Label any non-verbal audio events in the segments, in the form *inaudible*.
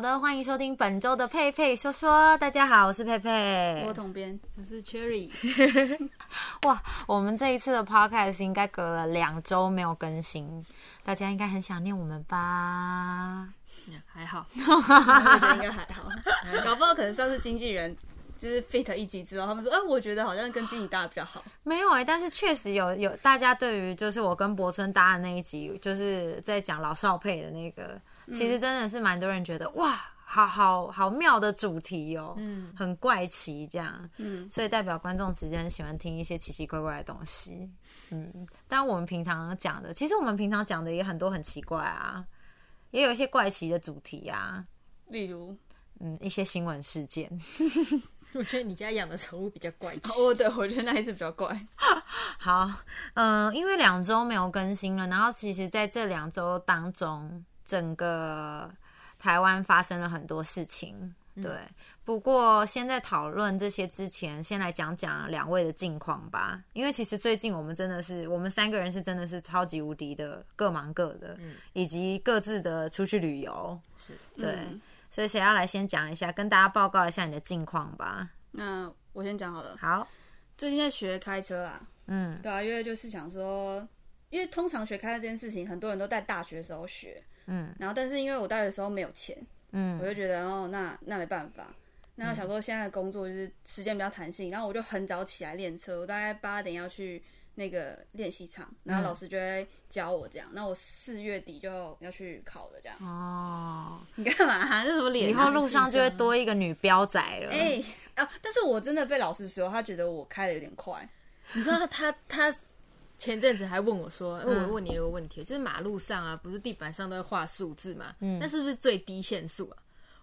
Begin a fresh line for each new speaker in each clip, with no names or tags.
的，欢迎收听本周的佩佩说说。大家好，我是佩佩
我。统编，我
*laughs*
是 Cherry，
哇，我们这一次的 podcast 应该隔了两周没有更新，大家应该很想念我们吧？
还好，
我觉得应该还好，搞不好可能上次经纪人就是 fit 一集之后，他们说，哎、我觉得好像跟经理搭的比较好。
没有哎、但是确实有有大家对于就是我跟博春搭的那一集，就是在讲老少配的那个，其实真的是蛮多人觉得哇，好好好妙的主题哦，嗯，很怪奇这样，嗯，所以代表观众其实很喜欢听一些奇奇怪怪的东西，嗯，但我们平常讲的，其实我们平常讲的也很多很奇怪啊，也有一些怪奇的主题啊，
例如，
嗯，一些新闻事件，
*laughs* 我觉得你家养的宠物比较怪奇。
哦，对，我觉得那一次比较怪。
好，嗯、因为两周没有更新了，然后其实在这两周当中，整个台湾发生了很多事情。对，不过先在讨论这些之前，先来讲讲两位的近况吧。因为其实最近我们真的是，我们三个人是真的是超级无敌的，各忙各的，以及各自的出去旅游。
是，
对，
嗯
所以谁要来先讲一下，跟大家报告一下你的近况吧。
那我先讲好了，
好，
最近在学开车啦，
嗯
对啊，因为就是想说，因为通常学开车这件事情，很多人都在大学的时候学，
嗯，
然后但是因为我大学的时候没有钱，我
嗯
就觉得哦，那那没办法。那想说现在的工作就是时间比较弹性，然后我就很早起来练车，我大概八点要去那个练习场，
嗯
然后老师就会教我这样。那我四月底就要去考了，这样。
哦。
你干嘛、啊？这什么脸、啊？
以后路上就会多一个女标仔了。
*laughs* 哎、啊！但是我真的被老师说，他觉得我开的有点快。
你知道他他前阵子还问我说，哎
嗯
我问你一个问题，就是马路上啊，不是地板上都会画数字嘛？
嗯
那是不是最低限速啊？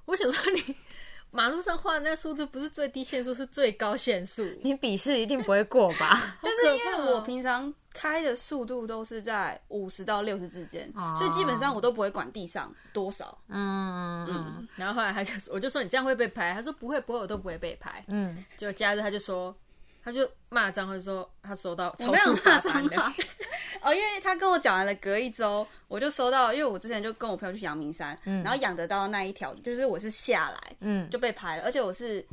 我想说你 *laughs* 马路上画的那个数字不是最低限速，是最高限速。
你笔试一定不会过 *laughs* 吧？
但
可
是因
怕
为我
哦
平常开的速度都是在五十到六十之间，
哦
所以基本上我都不会管地上多少。
嗯嗯
然后后来他就说，我就说你这样会被拍，他说不会不会，我都不会被拍。
嗯，
就假日他就说。他就骂脏话，就说他收到
我
超
没有
速
骂
罚
脏
单的，
话。 *laughs* 哦，因为他跟我讲完了，隔一周我就收到，因为我之前就跟我朋友去阳明山，然后养得到那一条，就是我是下来，
嗯
就被拍了，而且我是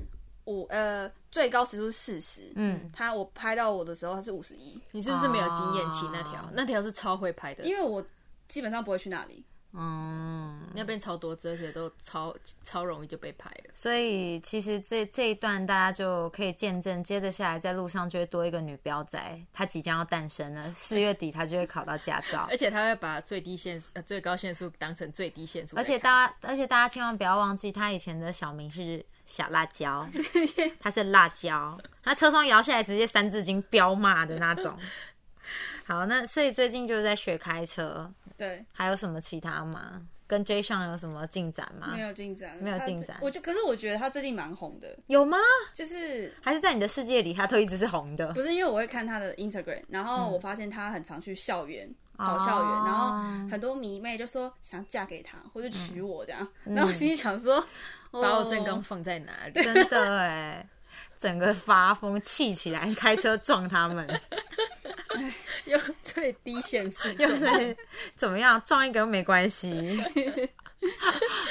五呃最高时速是四十，
嗯，
他我拍到我的时候他是五十一，
*laughs* 你是不是没有经验骑那条？
啊
那条是超会拍的，
因为我基本上不会去那里，
嗯，
那边超多只，而且都超超容易就被拍了。
所以其实这这一段大家就可以见证，接着下来在路上就会多一个女标仔，她即将要诞生了。四月底她就会考到驾照，
而且他会把最低限呃最高限速当成最低限速
*laughs*
在
而
开，
且大家而且大家千万不要忘记，她以前的小名是小辣 *laughs* 椒，她是辣椒，她车窗摇下来直接三字经彪骂的那 *laughs* 种。好，那所以最近就是在学开车，
对，
还有什么其他吗？跟 J 上有什么进展吗
没？有进展，
啊没有
他
进
最
展
我就可是我觉得他最近蛮红的，
有吗？
就是
还是在你的世界里，他都一直是红的
*laughs* 不？是因为我会看他的 Instagram，然后
嗯
我发现他很常去校园。跑校园，然
哦
后很多迷妹就说想嫁给他或者娶我这样，然后我心里想说，
嗯把我
哦
正刚放在哪里？
真的哎，整个发疯，气起来，开车撞他们，
*laughs* 用最低限速撞，
又是怎么样？撞一个又没关系。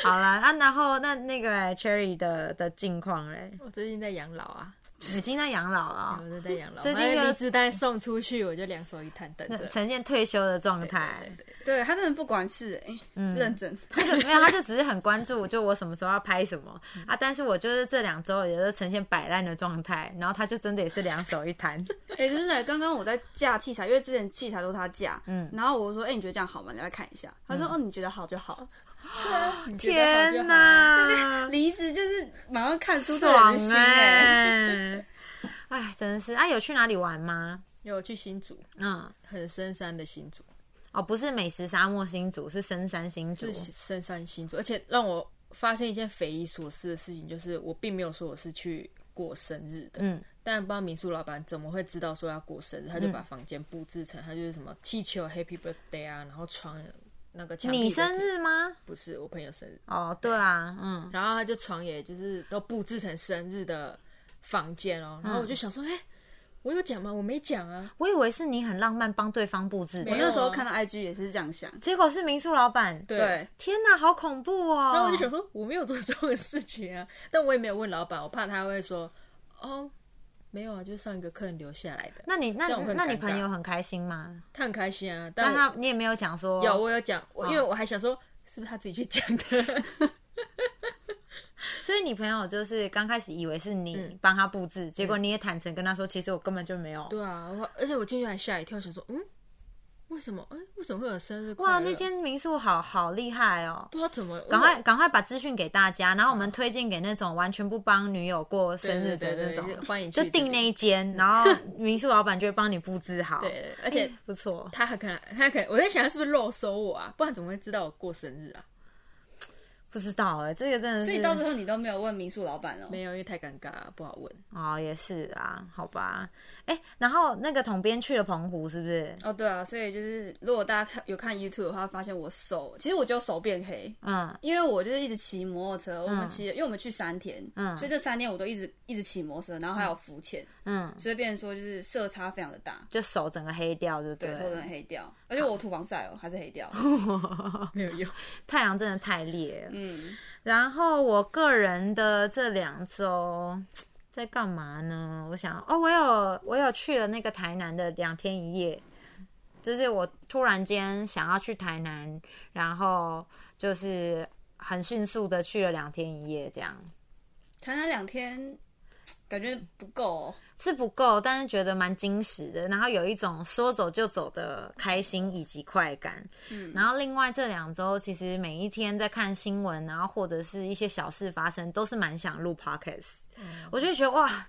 好啦，啊，然后那那个欸 Cherry 的的近况嘞，
我最近在养老啊，
已经在养老了
我
哦，
就在养老，
最
最
近
近
有
离职单送出去，我就两手一摊等
*laughs* 那
着。
呈现退休的状态
嗯对。对对
对他真的不管事哎、
嗯
认真。
他 *laughs*
*laughs*
就没有，他就只是很关注，就我什么时候要拍什么啊。但是我就是这两周也是呈现摆烂的状态，然后他就真的也是两手一
*laughs*
摊。
哎、真的，刚刚我在架器材，因为之前器材都是他架，
嗯
然后我说，哎、你觉得这样好吗？你来看一下。他
嗯
说，哦，你觉得好就好。
你觉得好就啊
天
好
哪， *laughs*
离职就是马上看出这个
爽
人的心
欸
哎、
哎、哎，真的是啊，有去哪里玩吗？
有去新竹，
嗯，
很深山的新竹，
哦，不是美食沙漠新竹，是深山新竹
是。深山新竹，而且让我发现一件匪夷所思的事情，就是我并没有说我是去过生日的，
嗯，
但不知道民宿老板怎么会知道说要过生日，他就把房间布置成他就是什么气球 Happy Birthday 啊，然后床那个墙壁
你
都
生日吗？
不是我朋友生日，
哦，对啊，嗯，
然后
嗯
他就床也就是都布置成生日的房间哦，然后我就想说，哎、我有讲吗？我没讲啊。
我以为是你很浪漫，帮对方布置
我
没
的，
有
那时候
啊
看到 IG 也是这样想，
结果是民宿老板。
对
对，
天哪，好恐怖哦！
那我就想说，我没有做这种事情啊，但我也没有问老板，我怕他会说，哦，没有啊，就是上一个客人留下来的，
那你那
这样我会很
那你
尴尬
朋友很开心吗？
他很开心啊，但
但
我
他你哦也没有讲说
有，我有讲，我因为我还想说，是不是他自己去讲的？ *laughs*
所以你朋友就是刚开始以为是你帮他布置，结果你也坦诚跟他说，其实我根本就没有。
嗯对啊，我而且我进去还吓一跳，想说，嗯，为什么？哎、为什么会有生日快乐？
哇，那间民宿好好厉害哦！
不知道怎么，
赶快赶快把资讯给大家，然后我们推荐给那种完全不帮女友过生日的
嗯对对
那
对
种
对，欢迎去
就订那一间，然后民宿老板就会帮你布置好。
对，对，而且
不错。
他还可能，他可能我在想，他是不是漏收我啊？不然怎么会知道我过生日啊？
不知道哎、这个真的是，
所以到最后你都没有问民宿老板哦。
没有，因为太尴尬了，不好问。
哦也是啊，好吧，哎、然后那个统编去了澎湖是不是？
哦，对啊，所以就是如果大家看有看 YouTube 的话，发现我手其实我只有手变黑，
嗯，
因为我就是一直骑摩托车。我们骑，因为我们去三天，所以这三天我都一直一直骑摩托车，然后还有浮潜，
嗯，
所以变成说就是色差非常的大，
就手整个黑掉，对不
对，
对？
手真的黑掉，而且我涂防晒哦，还是
*laughs*
黑掉。
没有用，
太阳真的太烈了。
嗯，
然后我个人的这两周在干嘛呢？我想哦，我有我有去了那个台南的两天一夜，就是我突然间想要去台南，然后就是很迅速的去了两天一夜，这样
谈了两天，感觉不够、哦，
是不够，但是觉得蛮惊喜的，然后有一种说走就走的开心以及快感。嗯，然后另外这两周其实每一天在看新闻，然后或者是一些小事发生，都是蛮想录 podcast。我就会觉得哇，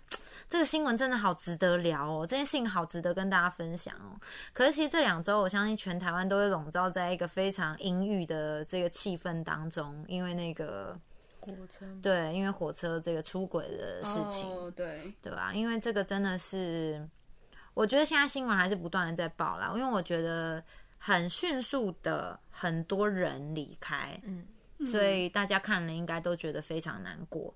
这个新闻真的好值得聊哦，这件事情好值得跟大家分享哦。可是其实这两周，我相信全台湾都会笼罩在一个非常阴郁的这个气氛当中，因为那个
果真
对，因为火车这个出轨的事情。
哦，对，
对吧、因为这个真的是，我觉得现在新闻还是不断的在报啦，因为我觉得很迅速的很多人离开，
嗯，
所以大家看了应该都觉得非常难过。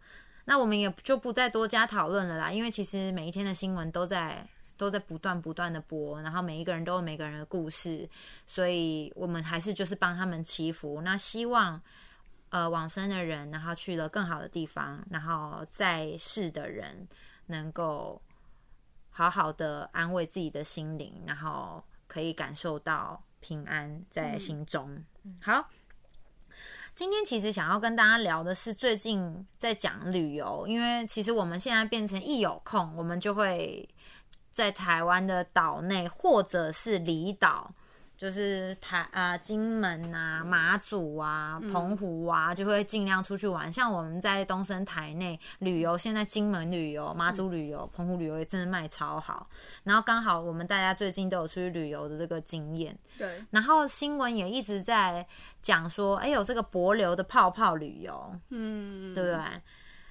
那我们也就不再多加讨论了啦，因为其实每一天的新闻都在都在不断不断的播，然后每一个人都有每个人的故事，所以我们还是就是帮他们祈福。那希望呃往生的人，然后去了更好的地方，然后在世的人能够好好的安慰自己的心灵，然后可以感受到平安在心中。好。今天其实想要跟大家聊的是最近在讲旅游，因为其实我们现在变成一有空，我们就会在台湾的岛内或者是离岛，就是台啊、金门啊、马祖啊、澎湖啊，就会尽量出去玩。像我们在东升台内旅游，现在金门旅游、马祖旅游、澎湖旅游也真的卖超好。然后刚好我们大家最近都有出去旅游的这个经验，
对，
然后新闻也一直在讲说，哎、有这个帛流的泡泡旅游，
嗯，
啊对不对？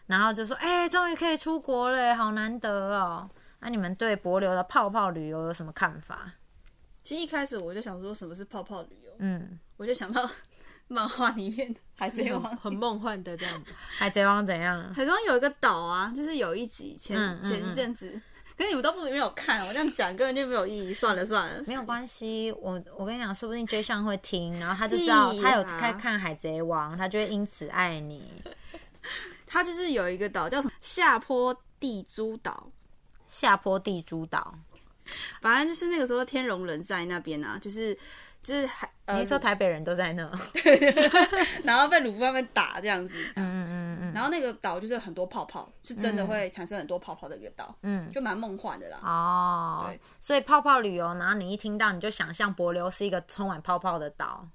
然后就说，哎、终于可以出国了，好难得哦。那、你们对帛流的泡泡旅游有什么看法？
其实一开始我就想说什么是泡泡旅游，
嗯，
我就想到 *laughs* 漫画里面《海贼王》
很梦幻的这样子。
海贼王怎样？
海中有一个岛啊，就是有一集前、
嗯嗯
前一阵子，可是你们都不没有看，我这样讲根本就没有意义。算了算了，
没有关系，我我跟你讲，说不定 J 上会听，然后他就知道他有
屁呀
在看海贼王，他就会因此爱你。
它就是有一个岛叫什么下坡地珠岛，
下坡地主岛，
反正就是那个时候天龙人在那边啊，就是就是海呃
你，说台北人都在那？
然后被鲁夫他们打这样子，
嗯嗯嗯 *laughs*
然后那个岛就是很多泡泡，是真的会产生很多泡泡的一个岛，
嗯。
就蛮梦幻的啦。
哦
对，
所以泡泡旅游，然后你一听到你就想象帛流是一个充满泡泡的岛，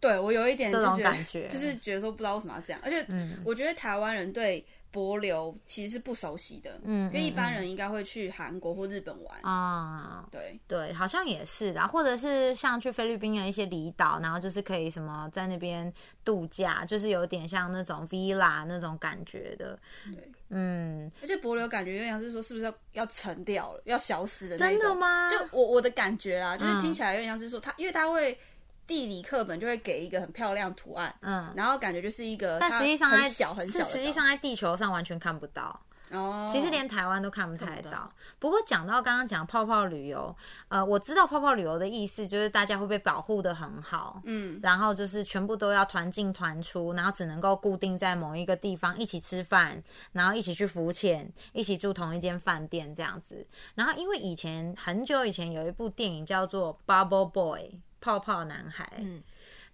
对我有一点就
这种
觉得
感觉嗯
就是觉得说不知道为什么要这样，而且我觉得台湾人对帛流其实是不熟悉的，
嗯
因为一般人应该会去韩国或日本玩，
啊、
对，
对，好像也是啦，或者是像去菲律宾的一些离岛，然后就是可以什么在那边度假，就是有点像那种 villa 那种感觉的
对。
嗯，
而且帛流感觉有点像是说是不是要要沉掉了，要消失的那
真
种。
的？吗？
就我我的感觉啊，就是
嗯
听起来有点像是说它，因为它会地理课本就会给一个很漂亮图案，
嗯，
然后感觉就是一个它
但实际上在
很小很小
是
的岛，
实际上在地球上完全看不到，
哦，
其实连台湾都看不
看
太
不到
到。不过讲到刚刚讲泡泡旅游，呃，我知道泡泡旅游的意思就是大家会被保护的很好，
嗯
然后就是全部都要团进团出，然后只能够固定在某一个地方一起吃饭，然后一起去浮潜，一起住同一间饭店这样子。然后因为以前很久以前有一部电影叫做《Bubble Boy》泡泡男孩，
嗯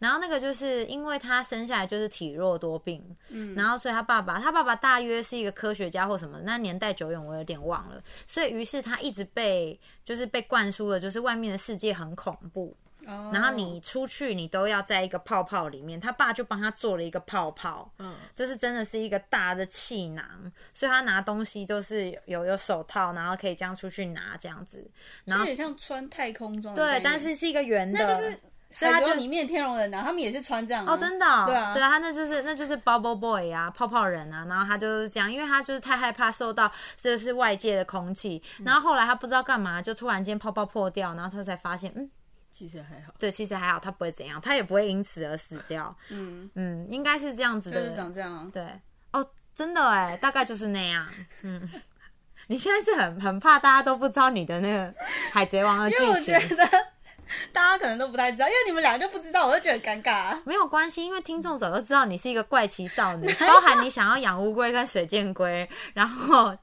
然后那个就是因为他生下来就是体弱多病，
嗯
然后所以他爸爸，他爸爸大约是一个科学家或什么，那年代久远我有点忘了，所以于是他一直被就是被灌输的，就是外面的世界很恐怖，
哦，
然后你出去你都要在一个泡泡里面，他爸就帮他做了一个泡泡，
嗯，
就是真的是一个大的气囊，所以他拿东西就是有有手套，然后可以这样出去拿这样子，然
有
后
点像穿太空装的
对，
概念，
但是是一个圆的，
那就是。
以他
海
就
贼王里面的天龙人啊，他们也是穿这样啊
哦，真的、哦，
对啊
他那就是那就是 Bubble Boy 啊，泡泡人啊，然后他就是这样，因为他就是太害怕受到就是外界的空气，
嗯
然后后来他不知道干嘛，就突然间泡泡破掉，然后他才发现，嗯，
其实还好。
对，其实还好，他不会怎样，他也不会因此而死掉，
嗯，
嗯，应该是这样子
就
的，
是长这样啊。
对，哦，真的哎，大概就是那样，嗯。
*laughs*
你现在是很很怕大家都不知道你的那个《海贼王》的
因为
剧
我
情
觉，得大家可能都不太知道，因为你们俩就不知道，我就觉得很尴尬啊。
没有关系，因为听众早就知道你是一个怪奇少
*laughs*
女，包含你想要养乌龟跟水箭龟，然后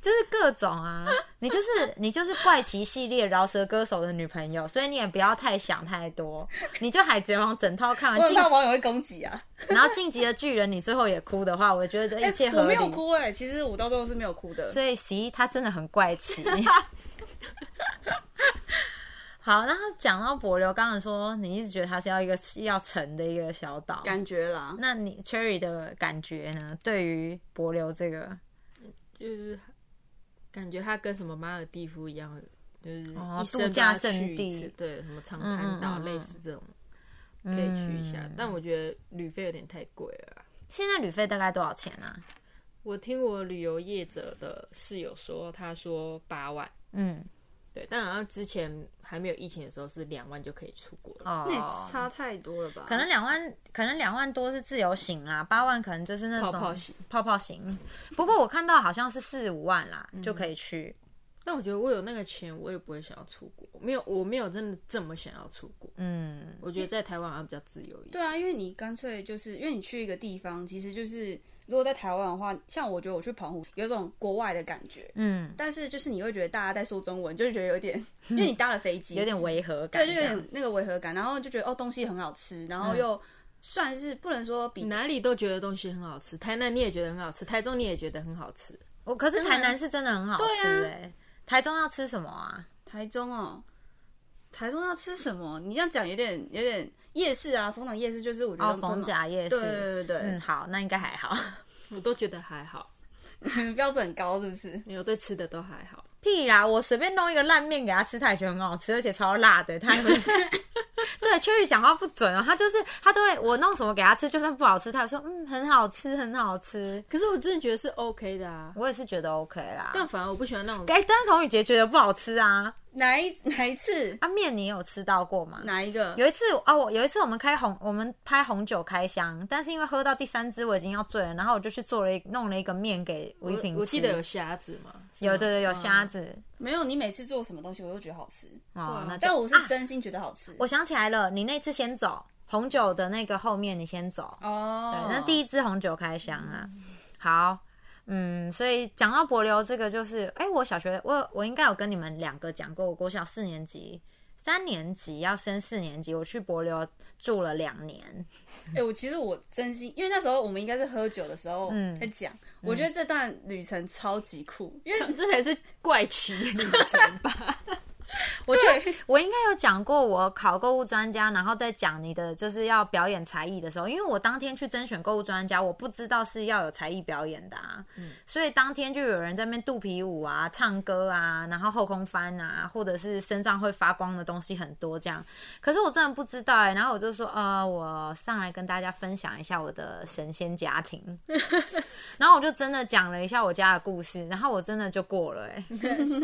就是各种啊，你就是你就是怪奇系列饶舌歌手的女朋友，所以你也不要太想太多，你就海贼王整套看
我
完，
很
进
怕网友会攻击啊。
然后晋级的巨人你最后也哭的话，我觉得一切
我
合
没
理。
有哭哎、其实我到最后是没有哭的。
所以十一他真的很怪
*laughs*
奇。好，那讲到柏流，刚才说你一直觉得它是要一个要沉的一个小岛，
感觉啦，
那你 Cherry 的感觉呢？对于柏流这个，
就是感觉它跟什么马尔蒂夫一样，就是
哦
一生
度假
都要去
胜地
一次对，什么长
嗯嗯
滩岛
嗯嗯嗯
类似这种，可以去一下。但我觉得旅费有点太贵了啦。
现在旅费大概多少钱啊？
我听我旅游业者的室友说，他说八万，
嗯，
对，但好像之前还没有疫情的时候是两万就可以出国了。
哦，
那也差太多了吧？
可能两万，可能两万多是自由行啦，八万可能就是那种
泡泡型
泡泡型。不过我看到好像是四五万啦、就可以去。
但我觉得我有那个钱，我也不会想要出国，没有，我没有真的这么想要出国。
嗯，
我觉得在台湾好像比较自由一点。
对啊，因为你干脆就是因为你去一个地方，其实就是如果在台湾的话，像我觉得我去澎湖有种国外的感觉，
嗯，
但是就是你会觉得大家在说中文，就是觉得有点，因为你搭了飞机，
有点违和感
对，
这
就
样，嗯
有点那个违和感，然后就觉得哦东西很好吃，然后又算是不能说比
你哪里都觉得东西很好吃，台南你也觉得很好吃，台中你也觉得很好吃，
我哦可是台南是真的很好吃
啊对啊
哎、台中要吃什么啊？
台中哦，台中要吃什么？你这样讲有点有点夜市啊，逢场夜市就是我觉得
哦，逢甲夜
对
市。
对对对 *laughs*
嗯，好，那应该还好。
我都觉得还好，
对，标准很高是不是？
没有对吃的都还好。
屁啦！我随便弄一个烂面给他吃，他也觉得很好吃，而且超辣的。他也会
*laughs*
吃。对，Cherry 讲话不准哦，他就是他都会我弄什么给他吃，就算不好吃，他也说嗯很好吃，很好吃。
可是我真的觉得是 OK 的啊，
我也是觉得 OK 啦。
但反而我不喜欢那种，
哎、但是童宇杰觉得不好吃啊。
哪一哪一次？
啊，面你有吃到过吗？
哪一个？
有一次啊，我有一次我们开红，我们拍红酒开箱，但是因为喝到第三支我已经要醉了，然后我就去做了一弄了一个面给吴
我
一平吃。
我记得有嗯虾子嘛，是吗
有对对有虾，子、
没有，你每次做什么东西我都觉得好吃，
哦，那就
但我是
啊
真心觉得好吃。
我想起来了，你那次先走，红酒的那个后面你先走。
哦，
对，那第一支红酒开箱啊。好，嗯，所以讲到柏流这个，就是，哎、我小学我我应该有跟你们两个讲过，我国小四年级。三年级要升四年级，我去柏流住了两年。
哎、我其实我真心，因为那时候我们应该是喝酒的时候
嗯
在讲，我觉得这段旅程超级酷，因为
这这才是怪奇的旅程吧？
我就我应该有讲过，我考购物专家，然后再讲你的就是要表演才艺的时候，因为我当天去甄选购物专家，我不知道是要有才艺表演的啊，所以当天就有人在那边肚皮舞啊、唱歌啊，然后后空翻啊，或者是身上会发光的东西很多这样。可是我真的不知道哎、然后我就说呃，我上来跟大家分享一下我的神仙家庭，然后我就真的讲了一下我家的故事，然后我真的就过了哎、
*laughs*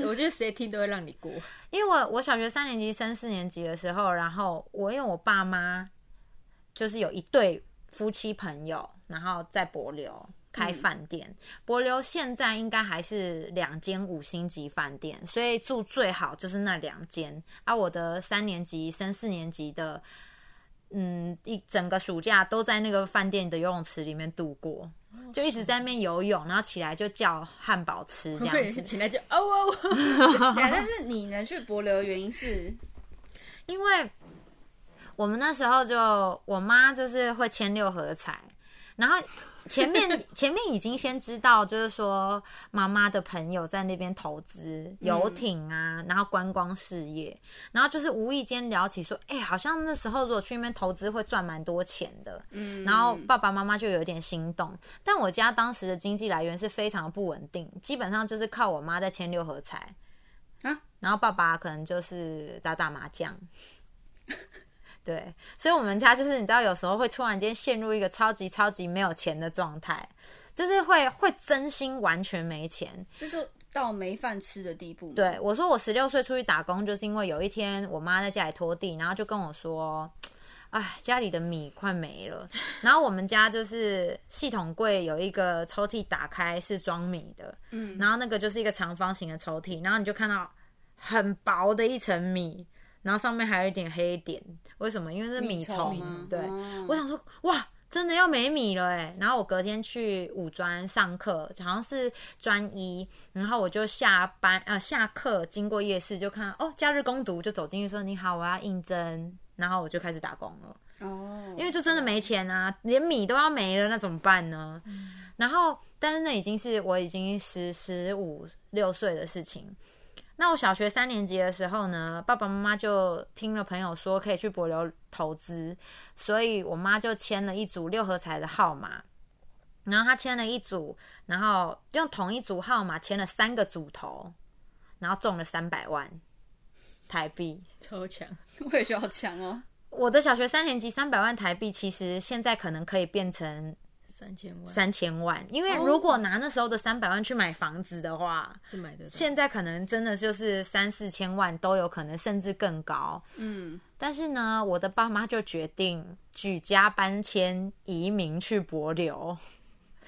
我觉得谁听都会让你过，
因为我我小学三年级升四年级的时候，然后我因为我爸妈就是有一对夫妻朋友，然后在柏流，开饭店。博流现在应该还是两间五星级饭店，所以住最好就是那两间。啊，我的三年级升四年级的，嗯，一整个暑假都在那个饭店的游泳池里面度过，就一直在那边游泳，然后起来就叫汉堡吃这
会
样
是
子。
起来就哦哦哦，
*laughs* 哎但是你能去博流的原因是，
因为我们那时候就我妈就是会签六合彩，然后前面前面已经先知道，就是说妈妈的朋友在那边投资游艇啊，然后观光事业，然后就是无意间聊起说，哎、好像那时候如果去那边投资会赚蛮多钱的，
嗯，
然后爸爸妈妈就有点心动，但我家当时的经济来源是非常不稳定，基本上就是靠我妈在签六合彩，
啊，
然后爸爸可能就是打打麻将， *laughs* 对，所以我们家就是你知道，有时候会突然间陷入一个超级超级没有钱的状态，就是会会真心完全没钱，
这是到没饭吃的地步吗，
对，我说我十六岁出去打工，就是因为有一天我妈在家里拖地，然后就跟我说。哎，家里的米快没了。然后我们家就是系统柜有一个抽屉打开是装米的，嗯，然后那个就是一个长方形的抽屉，然后你就看到很薄的一层米，然后上面还有一点黑点。为什么？因为是米
虫
虫。
吗
对，
哦
我想说，哇，真的要没米了哎。然后我隔天去五专上课，好像是专一，然后我就下班呃下课经过夜市就看到哦假日工读，就走进去说你好，我要应征，然后我就开始打工了。
哦，
因为就真的没钱啊，连米都要没了，那怎么办呢？然后，但是那已经是我已经十十五六岁的事情。那我小学三年级的时候呢，爸爸妈妈就听了朋友说可以去博流投资，所以我妈就签了一组六合彩的号码，然后她签了一组，然后用同一组号码签了三个组头，然后中了三百万台币。
超强，
我也需要强哦，
我的小学三年级三百万台币，其实现在可能可以变成
三千万
三千万，因为如果拿那时候的三百万去买房子的话，
是买得到，
现在可能真的就是三四千万都有可能，甚至更高。
嗯，
但是呢，我的爸妈就决定举家搬迁移民去博流。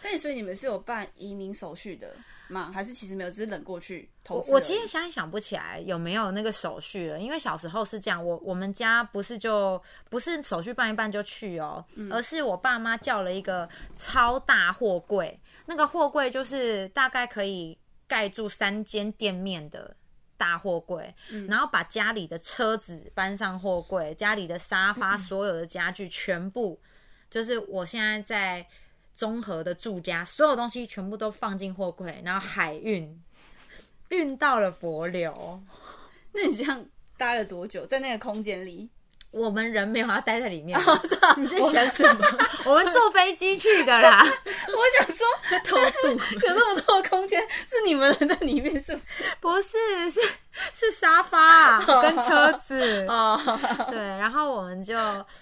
但所以你们是有办移民手续的吗？还是其实没有，只是冷过去投
我
资而已？
我其实想也想不起来有没有那个手续了，因为小时候是这样，我我们家不是就不是手续办一办就去哦，
嗯
而是我爸妈叫了一个超大货柜，那个货柜就是大概可以盖住三间店面的。大货柜，
嗯
然后把家里的车子搬上货柜，家里的沙
嗯
发、所有的家具全部，就是我现在在综合的住家，所有东西全部都放进货柜，然后海运运到了柏流，
那你这样待了多久？在那个空
*laughs*
间里，
我们人没有要待在里面，
你在想什么？
*laughs* 我们坐飞机去的 *laughs* 啦。
我想说，
*laughs*
偷
*laughs*
渡，
有这么多的空间，是你们人在里面是不是？
不是，是是沙发、啊、跟车 *laughs* 子。
哦，
对，然后我们就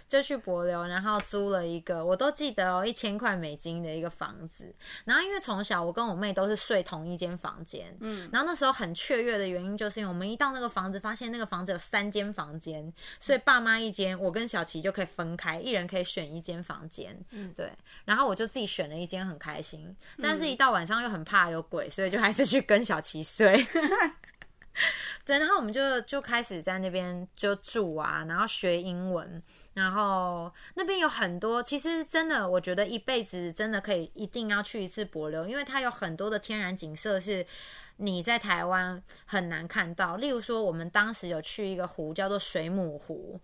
就去柏流，然后租了一个，我都记得哦，一千块美金的一个房子。然后因为从小我跟我妹都是睡同一间房间，嗯，然后那时候很雀跃的原因，就是因为我们一到那个房子，发现那个房子有三间房间，所以爸妈一间，我跟小琪就可以分开，一人可以选一间房间，嗯，对。然后我就自己选了一间，很开心。但是，一到晚上又很怕有鬼，所以就还是去跟小琪睡。对，然后我们就就开始在那边就住啊，然后学英文，然后那边有很多，其实真的，我觉得一辈子真的可以一定要去一次柏流，因为它有很多的天然景色是你在台湾很难看到。例如说，我们当时有去一个湖叫做水母湖，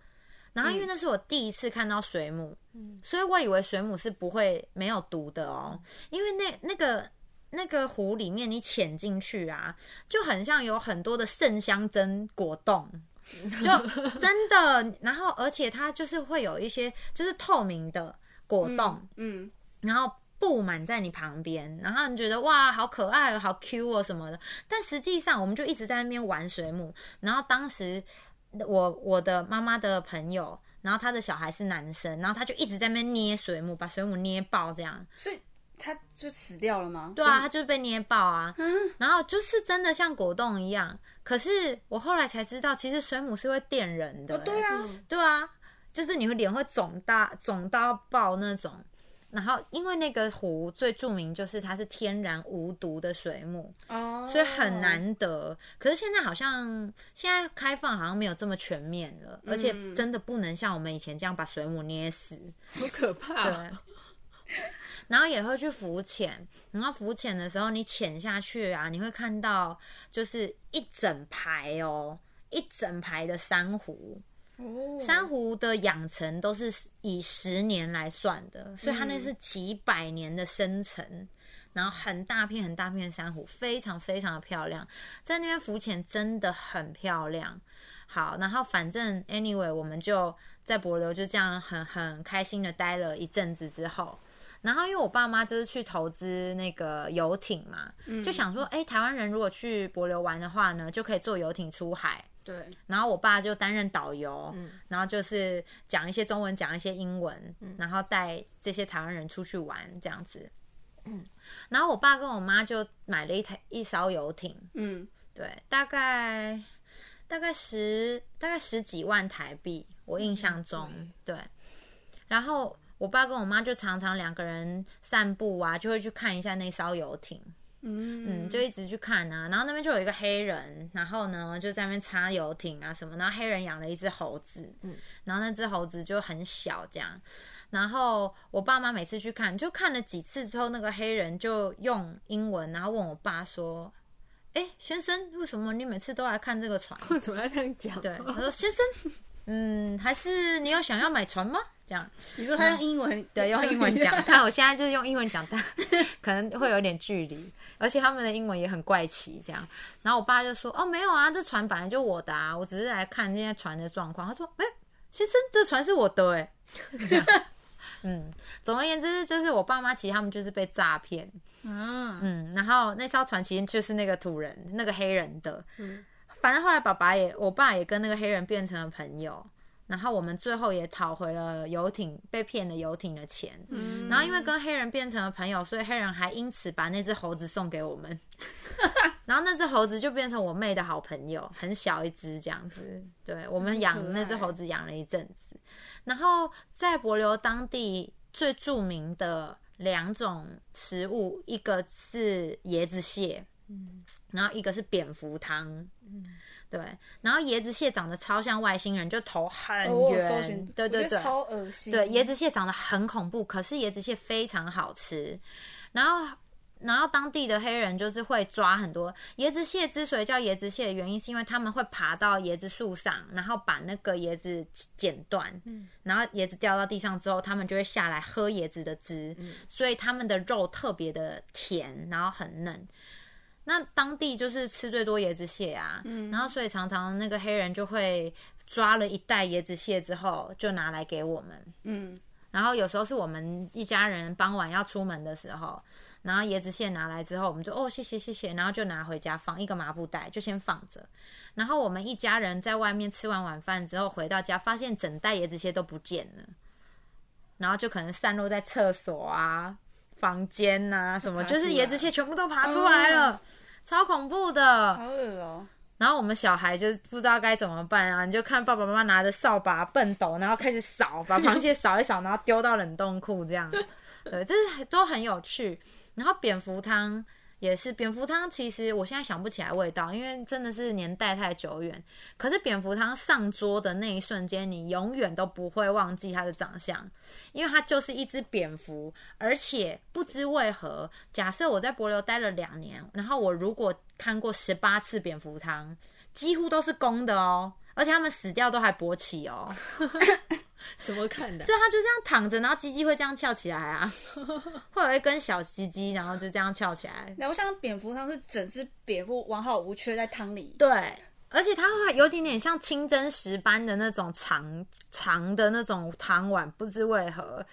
然后因为那是我第一次看到水母，所以我以为水母是不会没有毒的哦，因为那那个。那个湖里面，你潜进去啊，就很像有很多的圣香珍果冻，就真的。然后，而且它就是会有一些就是透明的果冻，
*laughs* 嗯，
然后布满在你旁边，然后你觉得哇，好可爱哦，好 Q 哦什么的。但实际上，我们就一直在那边玩水母。然后当时我我的妈妈的朋友，然后他的小孩是男生，然后他就一直在那边捏水母，把水母捏爆这样。
所以他就死掉了吗？
对啊，他就是被捏爆啊。然后就是真的像果冻一样。可是我后来才知道，其实水母是会电
哦
人的、
啊
欸
所以，哦，对啊，
对啊，就是你会脸会肿大肿到爆那种。然后因为那个湖最著名就是它是天然无毒的水母，
哦，
所以很难得。可是现在好像现在开放好像没有这么全面了，而且真的不能像我们以前这样把水母捏死。
*laughs* 好可怕、
对。然后也会去浮潜，然后浮潜的时候，你潜下去啊，你会看到就是一整排哦，一整排的珊瑚。
嗯
哦，
珊瑚的养成都是以十年来算的，所以它那是几百年的生成，然后很大片很大片的珊瑚，非常非常的漂亮，在那边浮潜真的很漂亮。好，然后反正 anyway，我们就在博流就这样很很开心的待了一阵子之后。然后，因为我爸妈就是去投资那个游艇嘛，
嗯
就想说，哎、台湾人如果去博流玩的话呢，就可以坐游艇出海。
对，
然后我爸就担任导游，然后就是讲一些中文，讲一些英文，然后带这些台湾人出去玩这样子。然后我爸跟我妈就买了一台一艘游艇，
嗯，
对，大概大概十大概十几万台币，我印象中、对。然后我爸跟我妈就常常两个人散步啊，就会去看一下那艘游艇。
嗯
嗯，就一直去看啊，然后那边就有一个黑人，然后呢就在那边擦游艇啊什么，然后黑人养了一只猴子，嗯，然后那只猴子就很小这样，然后我爸妈每次去看，就看了几次之后，那个黑人就用英文，然后问我爸说：“哎、先生，为什么你每次都来看这个船？” *laughs*
为什么要这样讲？
对，他说：“先生，嗯，还是你有想要买船吗？”这样，
你说他用英文，
*laughs* 对，用英文
*laughs*
讲，但我现在就是用英文讲，但可能会有点距离，而且他们的英文也很怪奇，这样。然后我爸就说：“哦，没有啊，这船本来就我的啊，我只是来看现在船的状况。”他说：“哎、先生，这船是我的哎、 *laughs* 嗯，总而言之，就是我爸妈其实他们就是被诈骗，
啊，
嗯，然后那艘船其实就是那个土人，那个黑人的，反正后来爸爸也，我爸也跟那个黑人变成了朋友，然后我们最后也讨回了游艇被骗的游艇的钱，
嗯
然
哦
后因为跟黑人变成了朋友，所以黑人还因此把那只猴子送给我们，然后那只猴子就变成我妹的好朋友，很小一只这样子，对我们
很可
养
爱
那只猴子养了一阵子，然后在博流当地最著名的两种食物，一个是椰子蟹，
嗯
然后一个是蝙蝠汤，
嗯
对，然后椰子蟹长得超像外星人，就头很
哦我有搜
圆
寻，，
对对
我觉
对
得，超恶心，
对，椰子蟹长得很恐怖，可是椰子蟹非常好吃。然后，然后当地的黑人就是会抓很多椰子蟹。之所以叫椰子蟹的原因，是因为他们会爬到椰子树上，然后把那个椰子剪断，然后椰子掉到地上之后，他们就会下来喝椰子的汁，所以他们的肉特别的甜，然后很嫩。那当地就是吃最多椰子蟹啊，然后所以常常那个黑人就会抓了一袋椰子蟹之后，就拿来给我们，
嗯，
然后有时候是我们一家人傍晚要出门的时候，然后椰子蟹拿来之后，我们就哦谢谢谢谢，然后就拿回家放一个麻布袋，就先放着。然后我们一家人在外面吃完晚饭之后回到家，发现整袋椰子蟹都不见了，然后就可能散落在厕所啊、房间呐、什么，
爬出
就
来
是椰子蟹全部都爬出来了，超恐怖的。
好恶哦，
然后我们小孩就是不知道该怎么办啊，你就看爸爸妈妈拿着扫把、笨斗，然后开始扫，把螃蟹扫一扫，然后丢到冷冻库这样。对，这是都很有趣。然后蝙蝠汤也是，蝙蝠汤其实我现在想不起来味道，因为真的是年代太久远。可是蝙蝠汤上桌的那一瞬间，你永远都不会忘记它的长相，因为它就是一只蝙蝠，而且不知为何，假设我在博流待了两年，然后我如果看过十八次蝙蝠汤，几乎都是公的哦，而且它们死掉都还勃起哦， *laughs*
怎么看的？
所以它就这样躺着，然后鸡鸡会这样翘起来啊， *laughs* 会有一根小鸡鸡，然后就这样翘起来，
那我想蝙蝠汤是整只蝙蝠完好无缺在汤里，
对，而且它会有点点像清真石般的那种长长的那种糖碗，不知为何，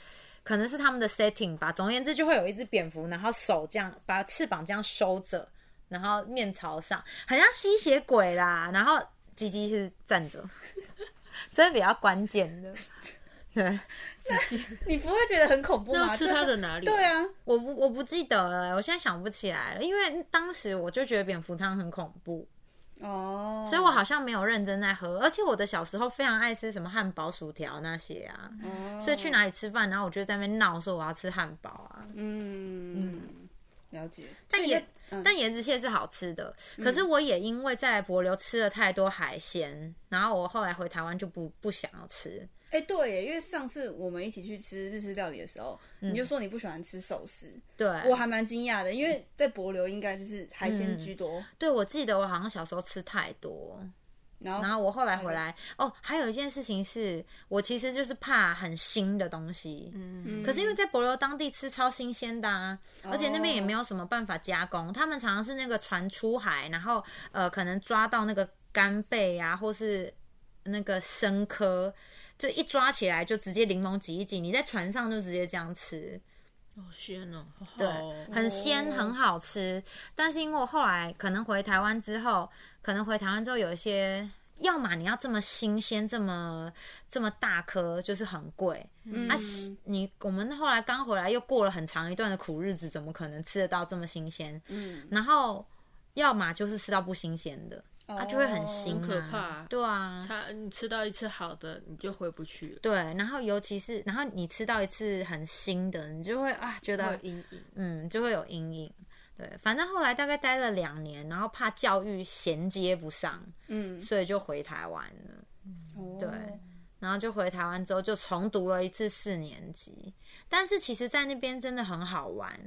可能是他们的 setting 吧。总而言之，就会有一只蝙蝠，然后手这样把翅膀这样收着，然后面朝上，很像吸血鬼啦。然后鸡鸡是站着，这是比较关键的。对，
你不会觉得很恐怖
那
吗？
要吃
这
它的哪里？哦
对，啊，
我不我不记得了，我现在想不起来了，因为当时我就觉得蝙蝠汤很恐怖。
哦，
所以我好像没有认真在喝，而且我的小时候非常爱吃什么汉堡、薯条那些啊，
哦
所以去哪里吃饭，然后我就在那边闹说我要吃汉堡啊。
嗯了解，
但
所以
也
那嗯
但盐焗蟹是好吃的，可是我也因为在柏流吃了太多海鲜，然后我后来回台湾就不不想要吃。
哎、对耶，因为上次我们一起去吃日式料理的时候，
嗯
你就说你不喜欢吃寿司，
对，
我还蛮惊讶的，因为在博流应该就是海
嗯
鲜居多，
对我记得我好像小时候吃太多，
然
然
后
后我后来回来哦，还有一件事情是我其实就是怕很腥的东西，
嗯，
可是因为在博流当地吃超新鲜的啊，而且那边也没有什么办法加工，他们常常是那个船出海，然后呃可能抓到那个干贝啊，或是那个生科，就一抓起来就直接柠檬挤一挤，你在船上就直接这样吃，
好鲜哦，好好
对
哦，
很鲜，
哦
很好吃。但是因为我后来可能回台湾之后，可能回台湾之后有一些。要么你要这么新鲜，这么这么大颗，就是很贵。
嗯
啊，你我们后来刚回来，又过了很长一段的苦日子，怎么可能吃得到这么新鲜？
嗯，
然后要么就是吃到不新鲜的，它、就会很腥、啊，
哦
哦
很可怕
对啊，
它你吃到一次好的，你就回不去了，
对。然后尤其是，然后你吃到一次很腥的，你就会啊觉
会
得
有阴影。
嗯就会有阴影。对，反正后来大概待了两年，然后怕教育衔接不上，
嗯，
所以就回台湾了。
哦
对然后就回台湾之后就重读了一次四年级，但是其实，在那边真的很好玩，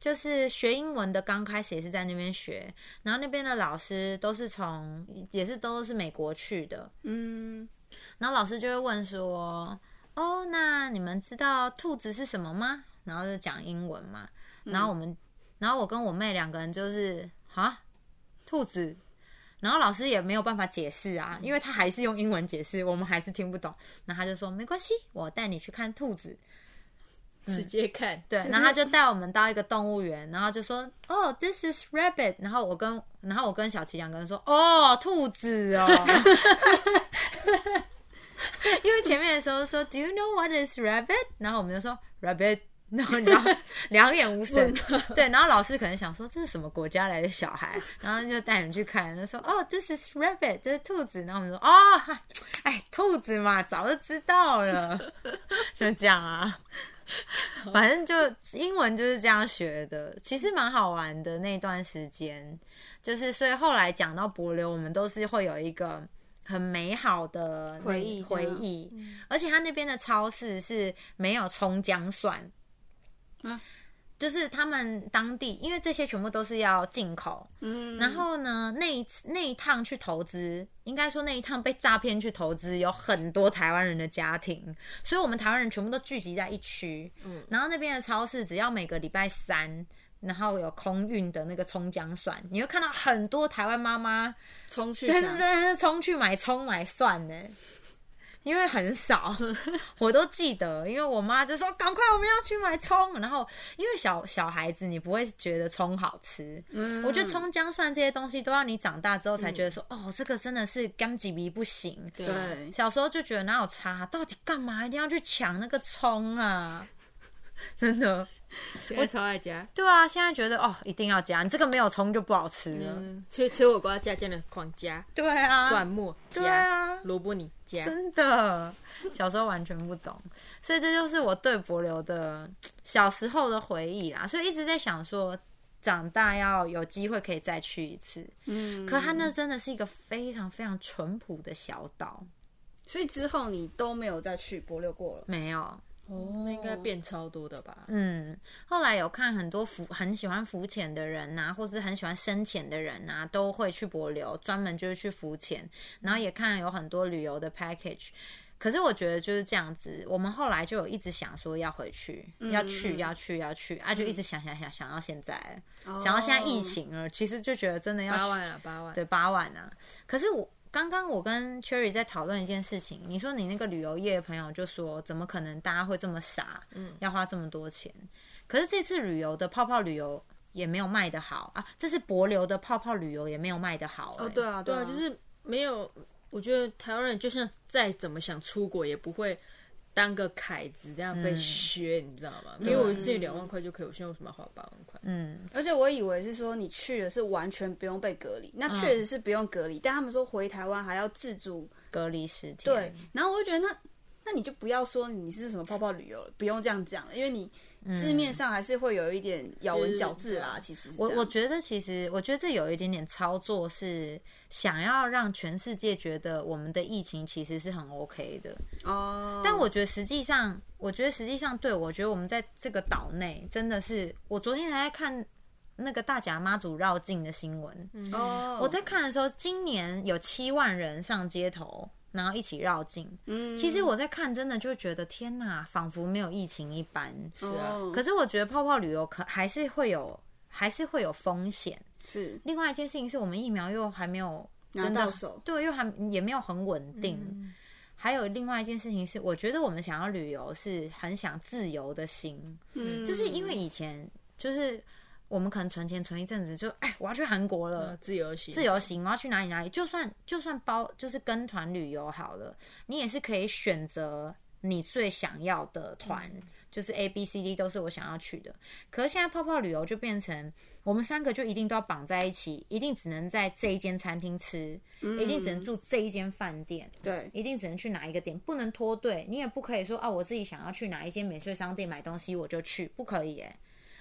就是学英文的刚开始也是在那边学，然后那边的老师都是从也是都是美国去的，
嗯，
然后老师就会问说：“哦，那你们知道兔子是什么吗？”然后就讲英文嘛。然后我们，然后我跟我妹两个人就是啊，兔子。然后老师也没有办法解释啊，因为他还是用英文解释，我们还是听不懂。然后他就说：“没关系，我带你去看兔子。”
直接看，
嗯对，然后他就带我们到一个动物园，然后就说：“哦、t h i s is rabbit。”然后我跟然后我跟小琪两个人说：“哦，兔子哦。”因为前面的时候说 “Do you know what is rabbit？” 然后我们就说 “rabbit”，然 *laughs* 后然后两眼无神。对，然后老师可能想说这是什么国家来的小孩，然后就带你去看，他说：“哦、t h i s is rabbit，这是兔子。”然后我们说：“哦，哈哎，兔子嘛，早就知道了。”就这样啊。反正就英文就是这样学的，其实蛮好玩的那段时间，就是所以后来讲到柏流，我们都是会有一个很美好的那
回忆这
回
样
忆，而且他那边的超市是没有葱姜蒜，
啊
就是他们当地，因为这些全部都是要进口，
嗯，
然后呢，那一次那一趟去投资，应该说那一趟被诈骗去投资，有很多台湾人的家庭，所以我们台湾人全部都聚集在一区。嗯，然后那边的超市只要每个礼拜三，然后有空运的那个葱姜蒜，你会看到很多台湾妈妈
冲去
就是
想
真的是冲去买葱买蒜呢、因为很 *laughs* 少，我都记得，因为我妈就说赶快我们要去买葱，然后因为小小孩子你不会觉得葱好吃，
嗯
我觉得葱姜蒜这些东西都要你长大之后才觉得说，哦，这个真的是干几鼻不行。
对啊
对，
小时候就觉得哪有差，到底干嘛一定要去抢那个葱啊？ *laughs* 真的，
我超爱加，
对啊，现在觉得哦，一定要加，你这个没有葱就不好吃了。
嗯，吃吃火锅加酱的狂加，
对啊，
蒜末
对
加，
啊，
萝卜泥加，
真的，小时候完全不懂，所以这就是我对柏流的小时候的回忆啦。所以一直在想说，长大要有机会可以再去一次。
嗯，
可它那真的是一个非常非常淳朴的小岛，
所以之后你都没有再去博流过了，
没有。
哦
那应该变超多的吧？
嗯，后来有看很多浮很喜欢浮潜的人呐、或是很喜欢深潜的人呐、都会去帛流，专门就是去浮潜。然
嗯
后也看有很多旅游的 package。可是我觉得就是这样子，我们后来就有一直想说要回去，要去，
嗯
要去，要去啊，就一直想想想想到现在，想到现在疫，情了，其实就觉得真的要
哦八
去
万啊，八万，
对，八万啊。可是我刚刚我跟 Cherry 在讨论一件事情，你说你那个旅游业的朋友就说，怎么可能大家会这么傻，嗯，要花这么多钱？可是这次旅游的泡泡旅游也没有卖的好啊，这次博流的泡泡旅游也没有卖的好、
哦，
欸
对啊，
对啊，
啊，
就是没有，我觉得台湾人就算再怎么想出国，也不会当个凯子这
嗯
样被削，你知道吗？因为我之前两万块就可以，我现在为什么要花八万块？
嗯，
而且我以为是说你去的是完全不用被隔离，那
嗯
确实是不用隔离，但他们说回台湾还要自主
隔离十天，
对，，然后我就觉得那那你就不要说你是什么泡泡旅游了，不用这样讲了，因为你
嗯
字面上还是会有一点咬文嚼字啦。其实是
我
这样
我觉得其实我觉得这有一点点操作，是想要让全世界觉得我们的疫情其实是很 OK 的。
哦，
但我觉得实际上，我觉得实际上对我觉得我们在这个岛内真的是，我昨天还在看那个大甲妈祖绕境的新闻，
哦，
我在看的时候，今年有七万人上街头。然后一起绕境，
嗯，
其实我在看，真的就觉得天哪，仿佛没有疫情一般。
是啊，
哦
可是我觉得泡泡旅游可还是会有，还是会有风险。
是
另外一件事情是我们疫苗又还没有
拿
真的
到手，
对，又还也没有很稳定。
嗯
还有另外一件事情是，我觉得我们想要旅游是很想自由的心，
嗯，
就是因为以前就是我们可能存钱存一阵子就，哎，我要去韩国了。
呃，自由行，
自由行，我要去哪里哪里，就算就算包就是跟团旅游好了，你也是可以选择你最想要的团，就是 A B C D 都是我想要去的。可是现在泡泡旅游就变成我们三个就一定都要绑在一起，一定只能在这一间餐厅吃，一定只能住这一间饭店，
对
一定只能去哪一个点，不能脱队。你也不可以说啊，我自己想要去哪一间免税商店买东西我就去，不可以哎、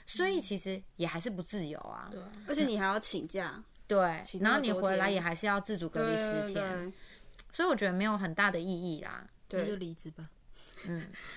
所以其实也还是不自由啊，
对啊
而且你还要请假，
对，然后
那
你
多
回来
天
也还是要自主隔离十
对
天，
对
所以我觉得没有很大的意义啦。
对
那就
对，
离职吧。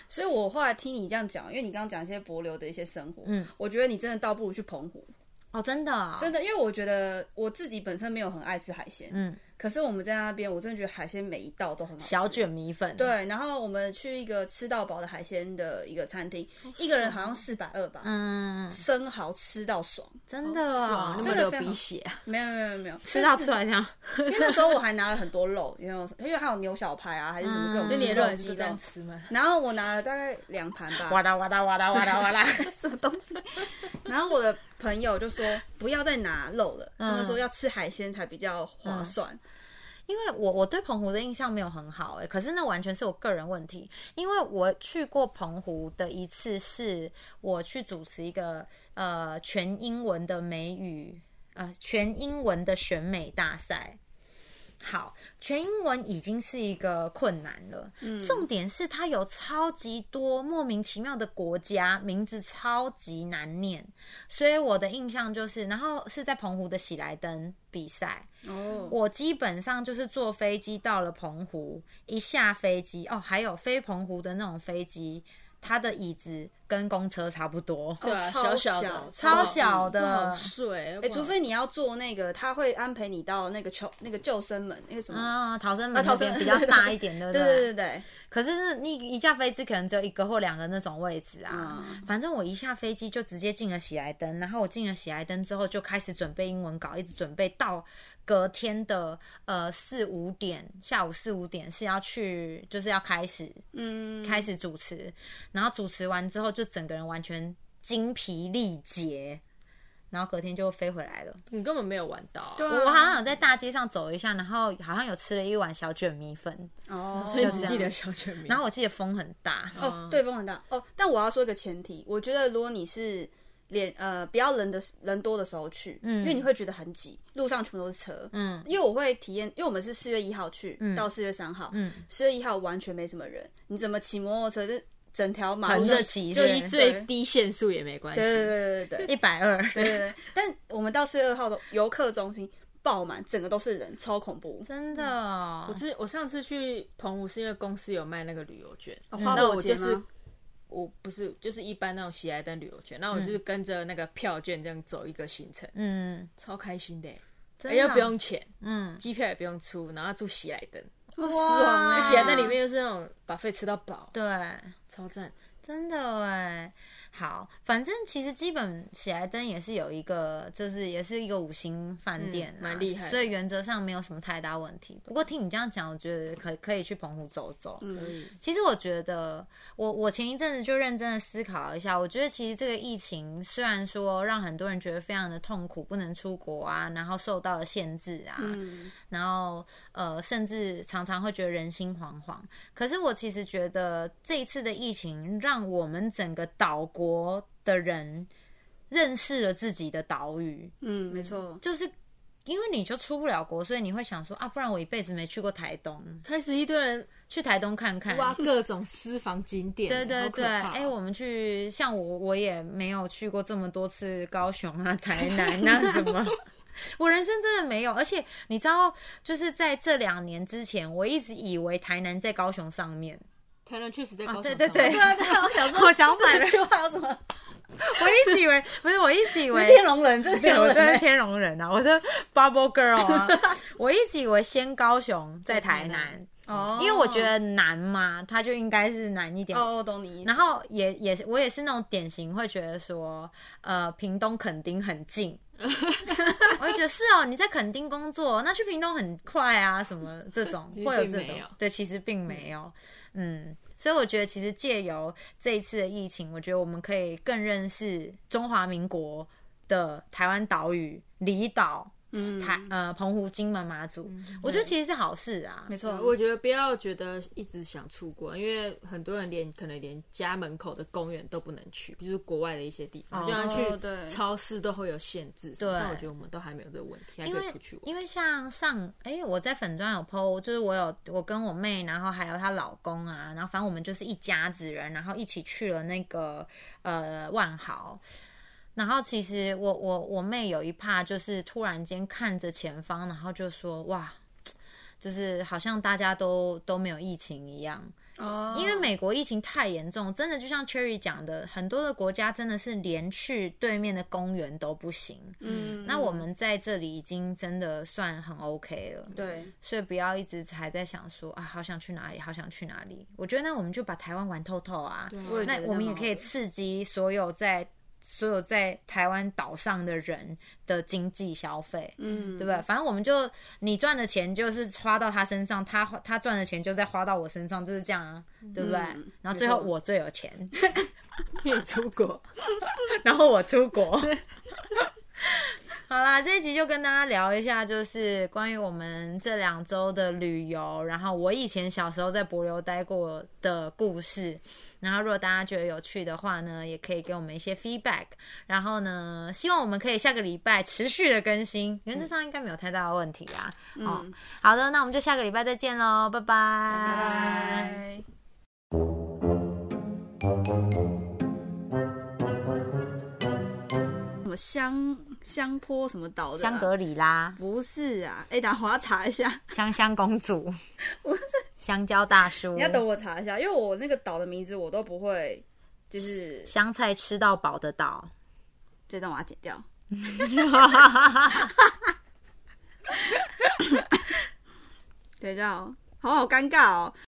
所以我后来听你这样讲，因为你刚刚讲一些博流的一些生活，嗯，我觉得你真的倒不如去澎湖，
哦，真的、哦，
真的，因为我觉得我自己本身没有很爱吃海鲜，
嗯，
可是我们在那边，我真的觉得海鲜每一道都很好吃。
小卷米粉，对，
对，然后我们去一个吃到饱的海鲜的一个餐厅，一个人好像四百二吧，
啊嗯，
生蚝吃到爽，
真的哦，
那
真
么
的
的
流
非常
鼻血啊，
没有没有没有没有
吃到出，来这样，
但是因为那时候我还拿了很多肉，因为因为还有牛小排啊，还是什么各
嗯
种
那
你
鸡
的
肉
肉
鸡
就这
肉
样，吃吗？
然后我拿了大概两盘
哇
吧，
啦哇啦哇啦哇啦哇啦，
什么东西？
然后我的朋友就说不要再拿肉了，他们说要吃海鲜才比较划算，
因为我我对澎湖的印象没有很好哎、可是那完全是我个人问题，因为我去过澎湖的一次是我去主持一个呃全英文的美语呃全英文的选美大赛。好，全英文已经是一个困难了。重点是它有超级多莫名其妙的国家名字，超级难念。所以我的印象就是，然后是在澎湖的喜来登比赛，
哦，
我基本上就是坐飞机到了澎湖，一下飞机哦，还有飞澎湖的那种飞机，它的椅子跟公车差不多，
哦
对啊，
超
小
小
的，
超
级
小
不好
的。
睡。
哎、
哎
除非你要做那个，他会安排你到那个求那个救生门，那个什么。
啊，逃生门
啊
那
逃生
边
*laughs*
比较大一点，嗯对不
对对对对，
可是你一架飞机可能只有一个或两个那种位置啊。
嗯
反正我一下飞机就直接进了喜来登，然后我进了喜来登之后就开始准备英文稿，一直准备到隔天的呃四五点，下午四五点是要去，就是要开始
嗯，
开始主持，然后主持完之后就整个人完全精疲力竭，然后隔天就飞回来了。
你根本没有玩到啊，
对啊
我好像有在大街上走一下，然后好像有吃了一碗小卷米粉，
哦，
所以你
就
只
这
记得
样
小卷名。
然后我记得风很大，
哦，对风很大哦。但我要说一个前提，我觉得如果你是连呃不要人的人多的时候去，嗯，因为你会觉得很挤，路上全部都是车，嗯，因为我会体验，因为我们是四月一号去、到四月三号，嗯，四月一号完全没什么人，你怎么骑摩托车就整条马路
很
上
热骑
就
士
以最低限速也没关系。
对对对对对对
一百二。
对对 *laughs* 对。但我们到四月二号的游客中心爆满，整个都是人，超恐怖。
真的哦，
我之我上次去澎湖是因为公司有卖那个旅游券，
哦
嗯
花
那
火
我
节
就是
吗
我不是就是一般那种喜来登旅游券，
嗯
那我就是跟着那个票券这样走一个行程，
嗯，
超开心的欸，
真
而
的
且
哦
啊
不，用钱，
嗯，
机票也不用出，然后住喜来登，
好爽
哇
啊！
喜来登里面又是那种把费吃到饱，
对，
超赞。
真的哎。好，反正其实基本喜来登也是有一个，就是也是一个五星饭店、啊，
嗯蛮厉害的
所以原则上没有什么太大问题。不过听你这样讲，我觉得可可以去澎湖走走。
嗯，
其实我觉得，我我前一阵子就认真的思考一下，我觉得其实这个疫情虽然说让很多人觉得非常的痛苦，不能出国啊，然后受到了限制啊，
嗯
然后呃，甚至常常会觉得人心惶惶。可是我其实觉得这一次的疫情，让我们整个岛国的人认识了自己的岛屿，
嗯，没错，
就是。因为你就出不了国，所以你会想说啊，不然我一辈子没去过台东，
开始一堆人
去台东看看。
挖各种私房景点，
对对
好可
对，
怕哦
哎、我们去，像我我也没有去过这么多次高雄啊、 *laughs* 台南啊什么。我人生真的没有，而且你知道，就是在这两年之前，我一直以为台南在高雄上面，
台南确实在高雄、
对对对
对啊对
*laughs*
啊，我想
*laughs*
说
我讲反了
这句话有什么？
*laughs* 我一直以为不是，我一直以
你是
为
天龙人，这是
对
天龙
我真的是
人，欸
天龙人啊，我是 *laughs* Bubble Girl
*laughs*
啊，我一直以为先高雄再台南，
哦
因为我觉得难嘛，它就应该是难一点
哦，我懂你意思
然，后也也是我也是那种典型会觉得说，呃，屏东垦丁很
*laughs*
近，我会觉得是哦，你在垦丁工作，那去屏东很快啊，什么这种
其实
会有
并
这
没
种
有，
对，其实并没有，嗯，所以我觉得其实借由这一次的疫情，我觉得我们可以更认识中华民国的台湾岛屿、离岛、
嗯，
台呃澎湖、金门、马祖，
嗯
我觉得其实是好事啊，
没错，
我觉得不要觉得一直想出国，因为很多人连可能连家门口的公园都不能去，就是国外的一些地方，
哦
就像
对
去超市都会有限制什么。
对
但我觉得我们都还没有这个问题，还
因
可以
为
出去玩。
因为像上哎、我在粉砖有 PO，就是我有我跟我妹，然后还有她老公啊，然后反正我们就是一家子人，然后一起去了那个呃万豪。然后其实我我我妹有一怕，就是突然间看着前方，然后就说哇，就是好像大家都都没有疫情一样。
哦，
因为美国疫情太严重，真的就像 Cherry 讲的，很多的国家真的是连去对面的公园都不行。
嗯，
那我们在这里已经真的算很 OK 了，
对，
所以不要一直还在想说啊，好想去哪里，好想去哪里。我觉得那我们就把台湾玩透透啊，
我也觉
那
得
我们
蛮
也
好
可以
的
刺激所有在所有在台湾岛上的人的经济消费。
嗯，
对不对？反正我们就你赚的钱就是花到他身上，他花他赚的钱就再花到我身上，就是这样啊，对不对？
嗯
然后最后
没错
我最有钱，
因为出国，
然后我出国。 *laughs* 好啦，这一集就跟大家聊一下，就是关于我们这两周的旅游，然后我以前小时候在博流待过的故事。然后，如果大家觉得有趣的话呢，也可以给我们一些 feedback。然后呢，希望我们可以下个礼拜持续的更新，原则上应该没有太大的问题啊。
嗯
哦，好的，那我们就下个礼拜再见喽，拜拜
拜拜。什么香香坡什么岛的、啊？
香格里拉，嗯
不是啊，哎、等下我要查一下，
香香公主，
我
香蕉大叔，
你要等我查一下，因为我那个岛的名字我都不会，就是
香菜吃到饱的岛。
这段我要剪 *laughs* 掉。等一下哦，好好尴尬哦。